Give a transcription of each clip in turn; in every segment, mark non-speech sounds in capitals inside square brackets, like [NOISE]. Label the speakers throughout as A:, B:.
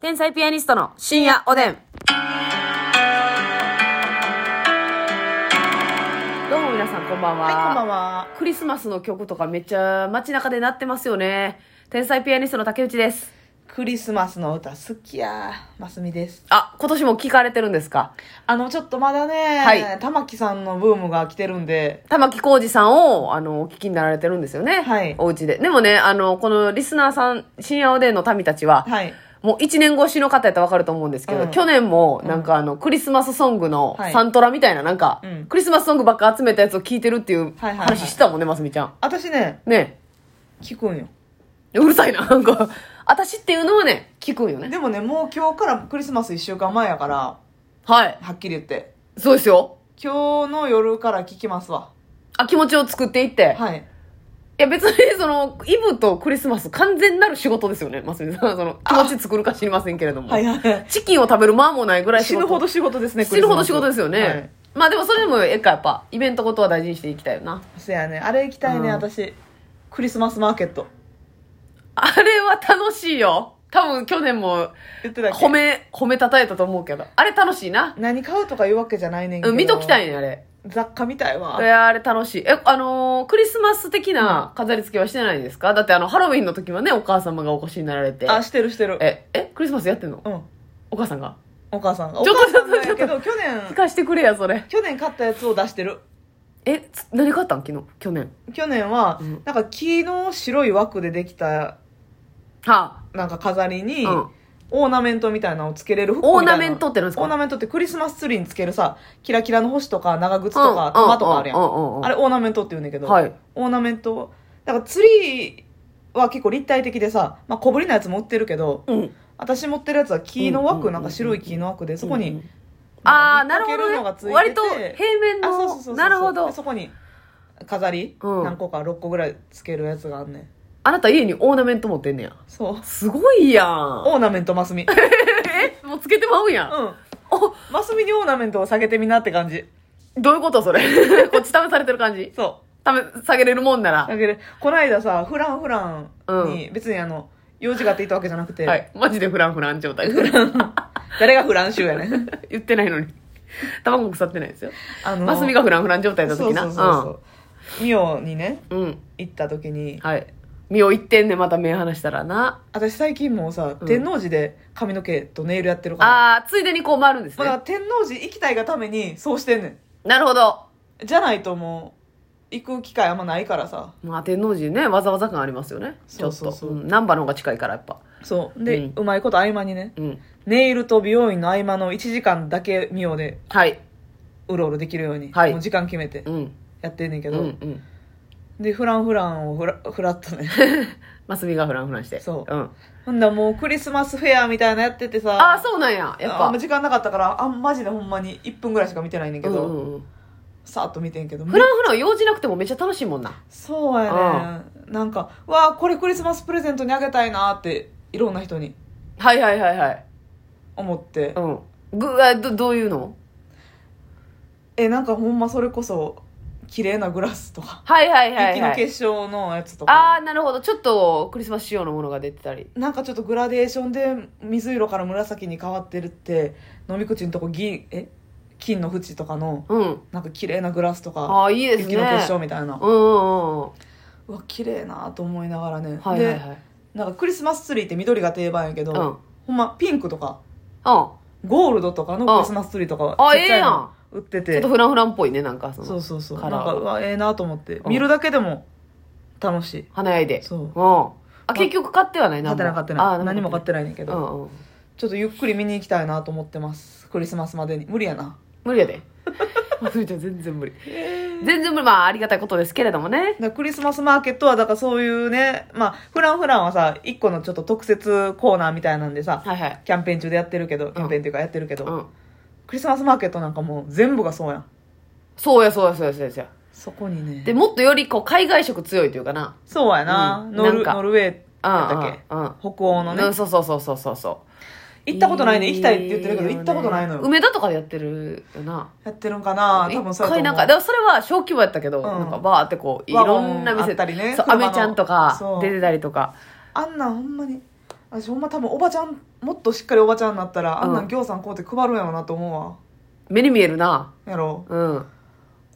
A: 天才ピアニストの深夜おでん。どうも皆さんこんばんは。
B: はい、こんばんは。
A: クリスマスの曲とかめっちゃ街中で鳴ってますよね。天才ピアニストの竹内です。
B: クリスマスの歌好きや。ますみです。
A: あ、今年も聞かれてるんですか
B: あの、ちょっとまだね、
A: はい
B: 玉木さんのブームが来てるんで、
A: 玉木浩二さんを、あの、お聞きになられてるんですよね。
B: はい
A: お家で。でもね、あの、このリスナーさん、深夜おでんの民たちは、
B: はい。
A: もう一年越しの方やったらわかると思うんですけど、
B: うん
A: 去年もなんかあの、クリスマスソングの
B: はい
A: サントラみたいな、なんか、
B: うん
A: クリスマスソングばっか集めたやつを聞いてるっていう
B: はいはいはい
A: 話してたもんね、ますみちゃん。
B: 私ね、
A: ね
B: 聞くんよ。
A: えうるさいな、 [LAUGHS] なんか、私っていうのはね、聞くんよね。
B: でもね、もう今日からクリスマス1週間前やから、
A: はい。
B: はっきり言って、
A: そうですよ。
B: 今日の夜から聞きますわ。
A: あ、気持ちを作っていって。い、
B: はい。
A: や、別にその、イブとクリスマス完全なる仕事ですよね、ますみ
B: [LAUGHS]
A: さん。その、気持ち作るか知りませんけれども。
B: はいはい。
A: チキンを食べる間もないぐらい仕
B: 死
A: 事
B: ぬほど仕事ですね、
A: 死ぬほど仕事ですよね。
B: はい
A: まあでもそれでも、ええか、やっぱ、イベントごとは大事にしていきたいよな。
B: そやね、あれ行きたいね、
A: うん
B: 私。クリスマスマーケット。
A: あれは楽しいよ。多分去年も
B: 言ってたっけ
A: 褒め、褒めたたえたと思うけど。あれ楽しいな。
B: 何買うとかいうわけじゃないねんけ
A: う
B: ど。
A: ん、見ときた
B: い。
A: いね、あれ。
B: 雑貨みたいわ
A: い。や、あれ楽しい。え、あのークリスマス的な飾り付けはしてないんですかだってあの、ハロウィンの時はね、お母様がお越しになられて。
B: あ、してるしてる。
A: え、え、クリスマスやってんの
B: うん。
A: お母さんが。
B: お母さんが。お
A: ちょっと
B: 母さんがやけ
A: ちょ
B: ど、去
A: 聞
B: 年、
A: かしてくれや、それ。
B: 去年買ったやつを出してる。
A: え、つ何買ったん昨日、去年。
B: 去年は、
A: うん
B: なんか木の白い枠でできた、
A: は
B: なんか飾り
A: あ、
B: に、
A: うん。
B: オーナメントみたいなのをつけれる服み
A: オー
B: たいな
A: ナメントってなんですか
B: オーナメントってクリスマスツリーにつけるさ、キラキラの星とか長靴とか、玉とかあるや。
A: うんんうんうんうん。
B: あれオーナメントって言うねんだけど、
A: はい。
B: オーナメント、なんかツリーは結構立体的でさ、まあ小ぶりなやつも売ってるけど、
A: うん。
B: 私持ってるやつは木の
A: うんうんうんう
B: 枠、
A: ん
B: なんか白い木の枠で、そこ
A: うんう
B: に
A: ん、ああ、なるほ
B: 見かける
A: ど
B: のがつ
A: ね。
B: いてて
A: 割と平面
B: あ、
A: の
B: そうそうそうそう。
A: なるほど
B: で。そこに、飾り、
A: うん
B: 何個か6個ぐらいつけるやつがあんねん。
A: あなた家にオーナメント持ってんねや。
B: そう。
A: すごいやん。
B: オーナメントマ
A: [LAUGHS]
B: スミ。
A: え、もうつけてまうんやん。
B: う
A: お、
B: ん。マスミにオーナメントを下げてみなって感じ。
A: どういうことそれ。
B: [LAUGHS]
A: こっち試されてる感じ。
B: そ
A: 試、下げれるもんな
B: う。
A: ら
B: だ。けど、この間さ、フランフランに、別にあの、用事があって行ったわけじゃなくて、
A: はい。マジでフランフラン状態。
B: 誰がフラン州やねん。
A: [LAUGHS] 言ってないのに。卵腐ってないですよ。
B: あの
A: マスミがフランフラン状態の
B: そ
A: 時
B: うそう
A: な。
B: そうそう。ミオにね、
A: うん。うん。
B: 行った時に、
A: はい。身を言ってんね、また目離したらな。
B: 私最近もうさ、
A: うん
B: 天王寺で髪の毛とネイルやってるから、
A: ああ、ついでにこう回るんです
B: まあだ
A: ね。
B: から天王寺行きたいがためにそうしてんね
A: なるほど。
B: ん。じゃないともう、行く機会あんまないからさ。
A: まあ、天王寺ね、わざわざ感ありますよね。ちょっ
B: そうそうそ
A: と。
B: う
A: うん。難波の方が近いから、やっぱ。
B: そう。で、
A: うん
B: うまいこと合間にね、
A: うん。
B: ネイルと美容院の合間の1時間だけミオで
A: はい。
B: うろうろできるように、
A: はい
B: もう時間決めて
A: うん。
B: やってんねんけ
A: うん。
B: ど、
A: うん。
B: でフランフランをフラフラっとね [LAUGHS]
A: マスミがフランフランして。
B: そう
A: うん。
B: ほんだらもうクリスマスフェアみたいなやっててさ
A: ああ、そうなんや。やっ
B: あ
A: ぱ
B: んま。時間なかったからあんマジでほんまに1分ぐらいしか見てないねんけど、
A: うんうんうん
B: さーっと見てんけど
A: フランフラン用事なくてもめっちゃ楽しいもんな。
B: そうやねんなんかわあこれクリスマスプレゼントにあげたいなっていろんな人に
A: はいはいはいはい。
B: 思って、
A: うん。ぐ、あ、ど、どういうの
B: えなんかほんまそれこそ綺麗なグラスとか
A: はいはいはい
B: 雪の
A: はい。
B: 結晶のやつとか
A: ああ、なるほど。ちょっとクリスマス仕様のものが出てたり。
B: なんかちょっとグラデーションで水色から紫に変わってるって飲み口のとこ銀え金の縁とかの
A: うん。
B: なんか綺麗なグラスとか
A: ああ、いいですね。
B: 雪の結晶みたいな
A: うんうんうん。
B: うわ綺麗なと思いながらね、
A: はいはいはい。
B: でなんかクリスマスツリーって緑が定番やけど、
A: うん。うん。
B: ほんまピンクとか
A: あ、
B: ゴールドとかのクリスマスツリーとか
A: あ
B: はちっちゃいの売って
A: ちょってとフランフランっぽいね、なんかそ
B: そ
A: の。
B: うそうそう
A: カ
B: なん
A: ラー
B: かうわええなと思って
A: うん
B: 見るだけでも楽しい
A: 華やいで。
B: そう
A: うん。あ、結局買ってはない
B: 買ってない買ってない何も買ってないねんけ
A: ない。
B: ど、
A: うんうん。
B: ちょっとゆっくり見に行きたいなと思ってますクリスマスまでに無理やな
A: 無理や
B: [LAUGHS]
A: で。まつみちゃん全然無理。全然無理。まあ、ありがたいことですけれどもね。
B: だからクリスマスマーケットは、だからそういうね、まあ、フランフランはさ、一個のちょっと特設コーナーみたいなんでさ、
A: はいはい。
B: キャンペーン中でやってるけど、キャンペーンっていうかやってるけど、
A: うん。
B: クリスマスマーケットなんかもう全部がそうやん。
A: そうや、そうや、そうや、そうやそうや。
B: そこにね。
A: で、もっとより、こう、海外色強いというかな。
B: そうやな。
A: うん
B: ノ
A: なん
B: ル
A: か
B: ノルウェー
A: うん。
B: だっけ
A: うん。
B: 北欧のね
A: うん、。そうそうそうそうそうそう。
B: 行ったことないね。行きたいって言ってるけど、行ったことないの
A: よ
B: よ。
A: ね梅田とかでやってるよな。
B: やってるんかな多分そう
A: 一
B: やと思
A: 回
B: う。
A: なんか、だからそれは小規模やったけど、
B: ん
A: なんかバーってこう、い
B: ワゴ
A: ろ
B: ン
A: んな店。
B: あったりね
A: そう、ア
B: 車の
A: メちゃんとか
B: そ、う
A: 出てたりとか。
B: あんなんほんまに、私ほんま多分おばちゃんもっとしっかりおばちゃんになったらあんな
A: うん
B: んぎょうさんこうって配るんやろなと思うわ
A: 目に見えるな。
B: やろ
A: うん。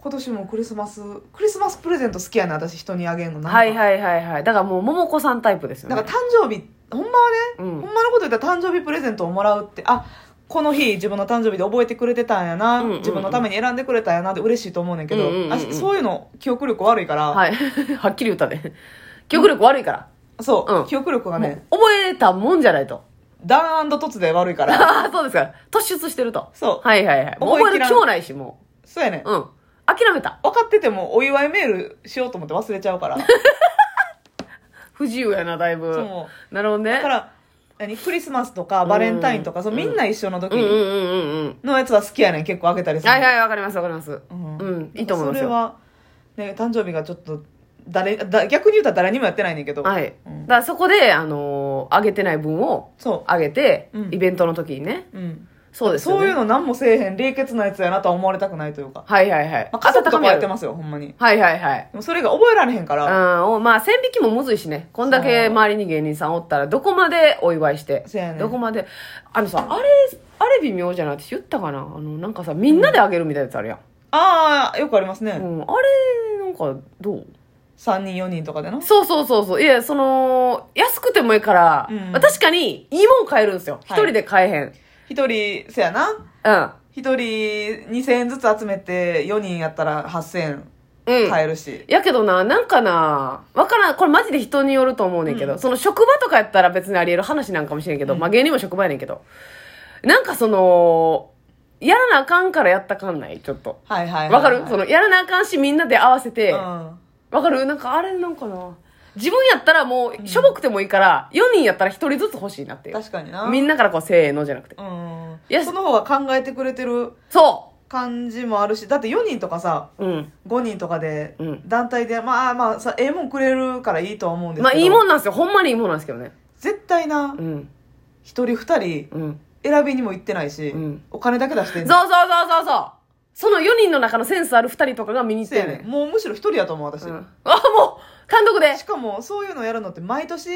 B: 今年もクリスマスクリスマスプレゼント好きやな私人にあげるのなんか
A: はいはいはいはい。だからもう、桃子さんタイプですよ
B: だ
A: ね。
B: から誕生日ほんまはね
A: う
B: ほ
A: ん。
B: んまのこと言ったら誕生日プレゼントをもらうってあこの日自分の誕生日で覚えてくれてたんやな、
A: うんうんうん
B: 自分のために選んでくれたんやなって嬉しいと思うねんけ
A: うん
B: ど、
A: うんうんうん
B: あそういうの記憶力悪いから、
A: はい。 [LAUGHS] はっきり言ったで。記憶力悪いから。
B: そう、
A: うん
B: 記憶力が
A: も
B: ね
A: う覚えたもんじゃないと。
B: ダーン突で悪いから
A: ああ、そうですか。突出してると。
B: そう
A: はいはいはい。もう
B: 覚
A: 覚
B: えき
A: え
B: ら
A: る
B: ん
A: 気もないし、も
B: そうやねん
A: う。うん。諦めた。
B: 分かっててもお祝いメールしようと思って忘れちゃうから
A: 不自由やな、だいぶ。
B: そ
A: なるほどね。
B: だから何クリスマスとかバレンタインとか、
A: うん
B: そうみんな一緒の時
A: うんうん
B: に
A: うんうん。
B: のやつは好きやねん結構開けたりする、
A: はいはい、わかりますわかります。
B: うん
A: うんいいと思いますよ
B: それは、ね、誕生日がちょっと誰だ逆に言ったら誰にもやってないねんけど、
A: はい。
B: うん
A: だからそこで、あのー、あげてない分を、
B: そ
A: あげて、
B: うん
A: イベントの時にね。
B: う、うん、
A: そうですよね。
B: そういうの何もせえへん冷血なやつやなとは思われたくないというか、
A: はいはいはい。
B: まあ、家族とかやって
A: す。
B: ますよほんまに
A: はいはいはい。
B: でもそれが覚えられへんか
A: う
B: ら、
A: ん、おまあ、線引きもむずいしね。こんだけ
B: そう
A: 周りに芸人さんおったら、どこまでお祝いして、
B: そうやねん
A: どこまで、あのさ、あれ、あれ微妙じゃない私言ったかなあの、なんかさ、みんなであげるみたいなやつあるやん。
B: ああよくありますね、
A: うん、あれ、なんか、どう
B: 3人4人とかでな
A: そうそうそうそう。いや、その、安くてもいいから、
B: うん
A: まあ確かに、いいもん買えるんですよ。一、
B: はい
A: 人で買えへん。うん。
B: 一人せやな一人2000円ずつ集めて4人やったら8000
A: うん。
B: 円買えるし、
A: やけどな、なんかな、わからん、これマジで人によると思うねんけど、
B: うん
A: その職場とかやったら別にあり得る話なんかもしれんけど、
B: うん
A: まあ芸人も職場やねんけど、なんかその、やらなあかんからやったかんないちょっと。
B: はいはいはい
A: わかる、
B: はい
A: その、やらなあかんしみんなで合わせて、わ、
B: うん
A: かるなんかあれなんかな、自分やったらもう、しょぼくてもいいから、4人やったら1人ずつ欲しいなっていう。
B: 確かにな
A: みんなからこう、せーのじゃなくて。
B: うん
A: いや
B: その方が考えてくれてる
A: そ
B: 感じもあるしだって4人とかさ
A: ううん。
B: 5人とかで
A: うん
B: 団体で、まあまあさええもんくれるからいいとは思うんですけど、
A: まあいいもんなんですよ。ほんまにいいもんなんですけどね。
B: 絶対な
A: うん。
B: 一人二人
A: うん。
B: 選びにも行ってないし、
A: うん
B: お金だけ出し
A: そ
B: てん
A: う
B: の
A: そうそうそうそう。その4人の中のセンスある2人とかが見に行っ
B: せ
A: て
B: や
A: るね
B: ねんもうむしろ一人やと思う私、
A: うん。あ、もう、単独で。
B: しかもそういうのやるのって毎年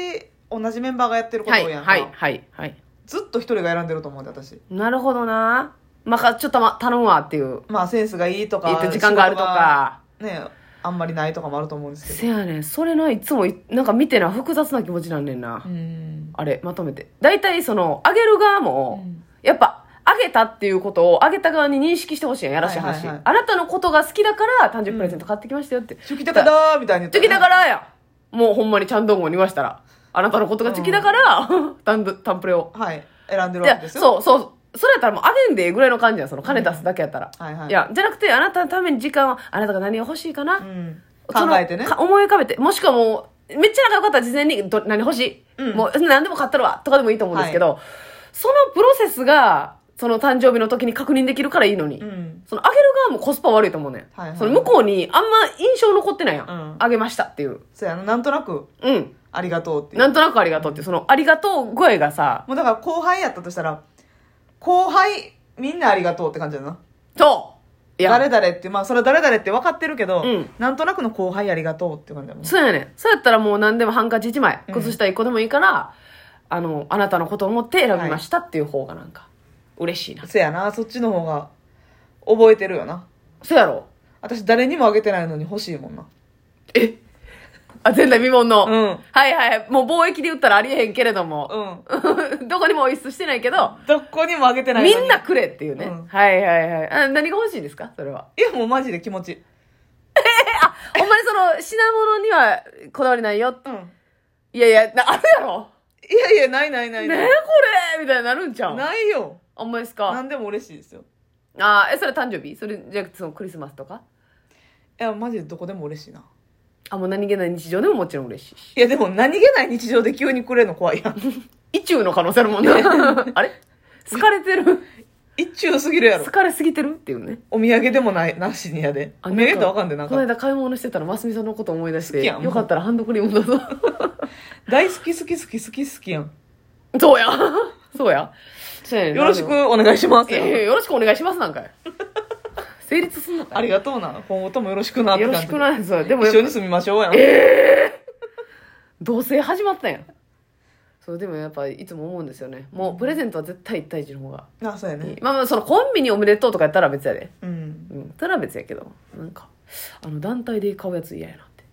B: 同じメンバーがやってること
A: は
B: 多
A: い、
B: いやんか、
A: はい、はい、はい。
B: ずっと一人が選んでると思うんで私
A: なるほどな。まあか、ちょっとま、頼むわっていう。
B: まあセンスがいいとか
A: 言って時間があるとか。
B: 仕事がねあんまりないとかもあると思うんですけど
A: せやねん。それない、いつもい、なんか見てな、複雑な気持ちなんねんな。
B: うん
A: あれ、まとめて。大体、その、あげる側も、
B: うん
A: やっぱ、あげたっていうことを、あげた側に認識してほしいやん、やらしい話、
B: はいはいはい
A: あなたのことが好きだから、誕生日プレゼント買ってきましたよって。
B: 「チュキタカだ」みたいに言っ
A: チ
B: た
A: ョキだかららやもうほんまにちゃんどんごに言わしたら。あなたのことがチョキだから、 [LAUGHS] タンブタンプレを。
B: はい選んでる
A: い
B: わけ
A: や、
B: ですよ
A: そうそう。それやったらもうあげんでええぐらいの感じやん。その金出すだけやったら。
B: はいはい
A: いや、じゃなくて、あなたのために時間は、あなたが何が欲しいかな、
B: うん、
A: その
B: 考えてね
A: か思い浮かべて。もしくはもう、めっちゃ仲良かったら事前に、ど何欲しい、
B: うん
A: もう何でも買ったるわとかでもいいと思うんですけど、そのプロセスが、その誕生日の時に確認できるからいいのに。
B: うん
A: そのあげる側もコスパ悪いと思うねん、
B: はいはい
A: その向こうにあんま印象残ってないやん。
B: うん
A: あげましたっていう。
B: そうやななんとなく
A: うん。
B: ありがとうっていう
A: なんとなくありがとうって、その、ありがとう声がさ、
B: もうだから後輩やったとしたら後輩みんなありがとうって感じだな
A: そういや、
B: 誰々ってまあそれは誰々って分かってるけど、
A: うん
B: なんとなくの後輩ありがとうって感じだもん
A: そうやねん。そうやったらもう何でもハンカチ1枚、
B: うん
A: 靴下1個でもいいから、あの、あなたのことを思って選びましたっていう方がなんか、嬉しいな。
B: せやなそっちの方が覚えてるよな
A: そうやろ
B: 私誰にもあげてないのに欲しいもんな
A: えあ、前代未聞の。
B: うん
A: はいはい。もう貿易で言ったらありえへんけれども、 [LAUGHS]
B: うん
A: どこにも輸出してないけど、
B: どこにもあげてない
A: み
B: のに
A: んなくれっていうね。
B: うん
A: はいはいはいあ。何が欲しいですかそれは。
B: いやもうマジで気持ち
A: ほんまにその、品物にはこだわりないよ。
B: うん
A: いやいや、なあるや
B: [LAUGHS]
A: ろ
B: いやいやないないない
A: ねえ、こ
B: ない、
A: れみたいになるんちゃう
B: ないよ
A: あんまですか
B: 何でも嬉しいですよ
A: ああ、え、それ誕生日それじゃなくてそのクリスマスとか
B: いやマジでどこでも嬉しいな
A: あ、もう何気ない日常でももちろん嬉しいし。
B: いやでも何気ない日常で急にくれるの怖いやん
A: [LAUGHS] 意中の可能性あるもん
B: [LAUGHS]
A: ね。あれ疲れてる
B: 一中すぎるやろ
A: 疲れすぎてるっていうね。
B: お土産でもないなしにやでお
A: あ
B: 土産とわかんでなん
A: この
B: か
A: 間買い物してたら、ますみさんのこと思い出し
B: 好
A: て、
B: きやん
A: よかったらハンドクリームどうぞ。
B: 大好き好き好き好き好きやん
A: そうや。そうや。そうやねんな
B: よろしく
A: でも
B: お願いします
A: いやいや
B: よ
A: よろしくお願いしますなんかい。成立すんのか
B: ありがとうな今後ともよろしくなっ
A: い
B: て
A: よ
B: 感
A: ろ
B: じ
A: しくないぞ。でもやっ
B: 一
A: ぱ
B: 緒に住みましょうやん
A: ええ同棲始まったやん。そうでもやっぱいつも思うんですよねもうプレゼントは絶対1対1の方が
B: あそうや
A: いい、
B: ね
A: まあまあそのコンビにおめでとうとかやったら別やで
B: うん
A: うんそれは別やけどなんかあの団体で買うやつ嫌やなって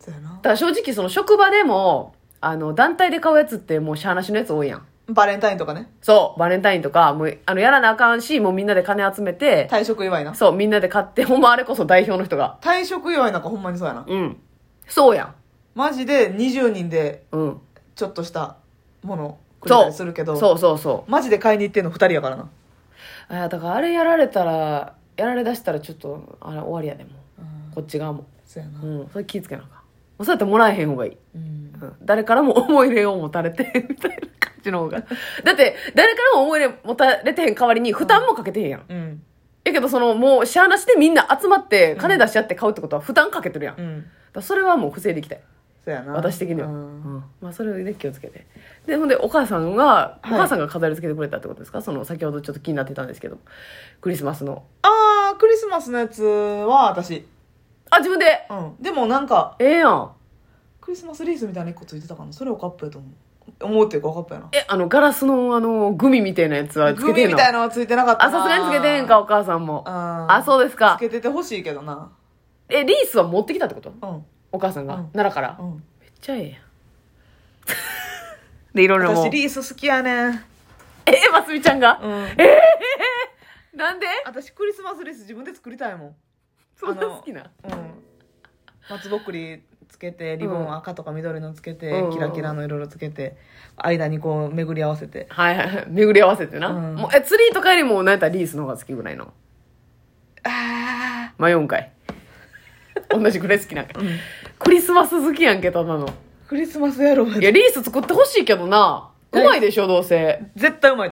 B: そうやな
A: だから正直その職場でもあの団体で買うやつってもうしゃーなしのやつ多いやん
B: バレンタインとかね
A: そうバレンタインとかもうあのやらなあかんしもうみんなで金集めて
B: 退職祝いな
A: そうみんなで買って [LAUGHS] ほんまあれこそ代表の人が
B: 退職祝いなんかほんまにそうやな
A: うんそうや
B: マジで20人で
A: んうん
B: ちょっとしたものくれた
A: そう
B: りするけど
A: そうそうそう
B: マジで買いに行ってんの2人やからな
A: あだからあれやられたらやられだしたらちょっとあれ終わりやでもうこっち側も
B: そうやな
A: うんそれ気ぃつけなあかんもうそうやってもらえへん方がいい、
B: うん
A: うん、誰からも思い入れを持たれてみたいな感じの方がだって誰からも思い入れ持たれてへん代わりに負担もかけてへんやん、
B: うん
A: やけどそのもうしゃーなしでみんな集まって金出し合って買うってことは負担かけてるやん、
B: う
A: だか
B: ん
A: らそれはもう防いでいきたい
B: そうやな
A: 私的には、
B: う
A: うん
B: ん
A: まあ、それをね気をつけてでほんでお母さんが、
B: はい
A: お母さんが飾り付けてくれたってことですかその先ほどちょっと気になってたんですけどクリスマスの
B: あークリスマスのやつは私
A: あ自分で
B: うんでもなんか
A: ええやん
B: クリスマスリースみたいな1個ついてたかなそれおカップやと思う思うっていうかおカップやな
A: えあのガラスのあのグミみたいなやつはつけ
B: グミ
A: てん
B: み
A: の
B: たいなのはついてなかった
A: あさすがにつけてんかお母さんも
B: あ
A: あそうですか
B: つけててほしいけどな
A: えリースは持ってきたってこと
B: うん
A: お母さんが、
B: うん
A: 奈良から、
B: うん
A: めっちゃええやん [LAUGHS] でいろいろもう
B: 私リース好きやねん
A: え [LAUGHS] えますみちゃんが、
B: うん
A: なんで
B: 私クリスマスリース自分で作りたいもん
A: そんな好きな
B: うん松ぼっくりつけてリボ
A: うん
B: ン赤とか緑のつけて、
A: うん
B: キラキラの色々つけて間にこう巡り合わせて
A: はいはいはい巡り合わせてな、
B: うん
A: もうえツリーとかよりもなんやったらリースの方が好きぐらいの
B: あ
A: 迷うんかい [LAUGHS] 同じぐらい好きなんか
B: あ、うん、
A: クリスマス好きやんけただの
B: クリスマスやろ
A: いやリース作ってほしいけどなうまいでしょどうせ
B: 絶対うまい